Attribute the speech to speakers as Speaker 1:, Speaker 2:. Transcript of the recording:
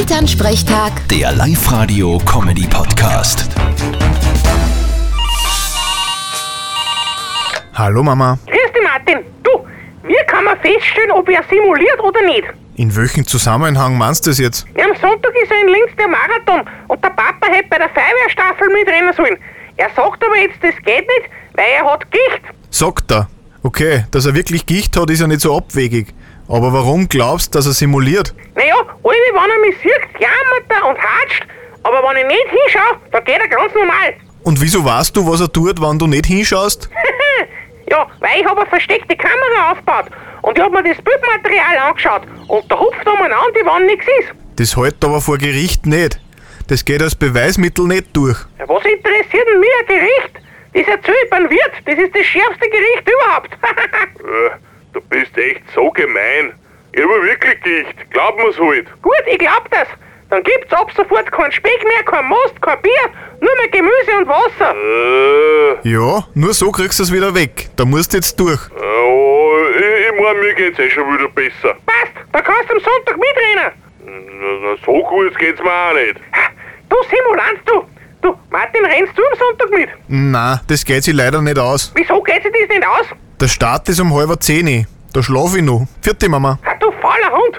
Speaker 1: Elternsprechtag,
Speaker 2: Der Live-Radio-Comedy-Podcast.
Speaker 3: Hallo Mama,
Speaker 4: Grüß dich, Martin. Du, wie kann man feststellen, ob er simuliert oder nicht?
Speaker 3: in welchem Zusammenhang meinst du das jetzt?
Speaker 4: Am Sonntag ist ja in Linz der Marathon und der Papa hätte bei der Feuerwehrstaffel mitrennen sollen. Er sagt aber jetzt, das geht nicht, weil er hat Gicht.
Speaker 3: Sagt er. Okay, dass er wirklich Gicht hat, ist ja nicht so abwegig. Aber warum glaubst du, dass er simuliert?
Speaker 4: Naja, alle, wenn er mich sieht, jammert er und hatscht, aber wenn ich nicht hinschaue, dann geht er ganz normal.
Speaker 3: Und wieso weißt du, was er tut, wenn du nicht hinschaust?
Speaker 4: ja, weil ich habe eine versteckte Kamera aufgebaut und ich habe mir das Bildmaterial angeschaut und da hupft er mir an, die wann nichts ist.
Speaker 3: Das hält aber vor Gericht nicht. Das geht als Beweismittel nicht durch.
Speaker 4: Ja, Was interessiert denn mir ein Gericht? Das erzählt beim Wirt, das ist das schärfste Gericht überhaupt.
Speaker 5: Äh, Du bist echt so gemein. Ich will wirklich Gicht. Glaub mir's halt.
Speaker 4: Gut, ich glaub das. Dann gibt's ab sofort keinen Speck mehr, kein Most, kein Bier, nur mehr Gemüse und Wasser.
Speaker 5: Äh,
Speaker 3: Ja, nur so kriegst du es wieder weg. Da musst du jetzt durch.
Speaker 5: oh, ich, ich mein, mir geht's eh schon wieder besser.
Speaker 4: Passt, da kannst du am Sonntag mitrennen.
Speaker 5: Na, na, so gut geht's mir auch nicht.
Speaker 4: Du Simulanz, du. Du, Martin, rennst du am Sonntag mit?
Speaker 3: Na, das geht sich leider nicht aus.
Speaker 4: Wieso geht sich das nicht aus?
Speaker 3: Der Start ist um halber zehn. Da schlaf ich noch. Vierte Mama.
Speaker 4: Ha, du fauler Hund.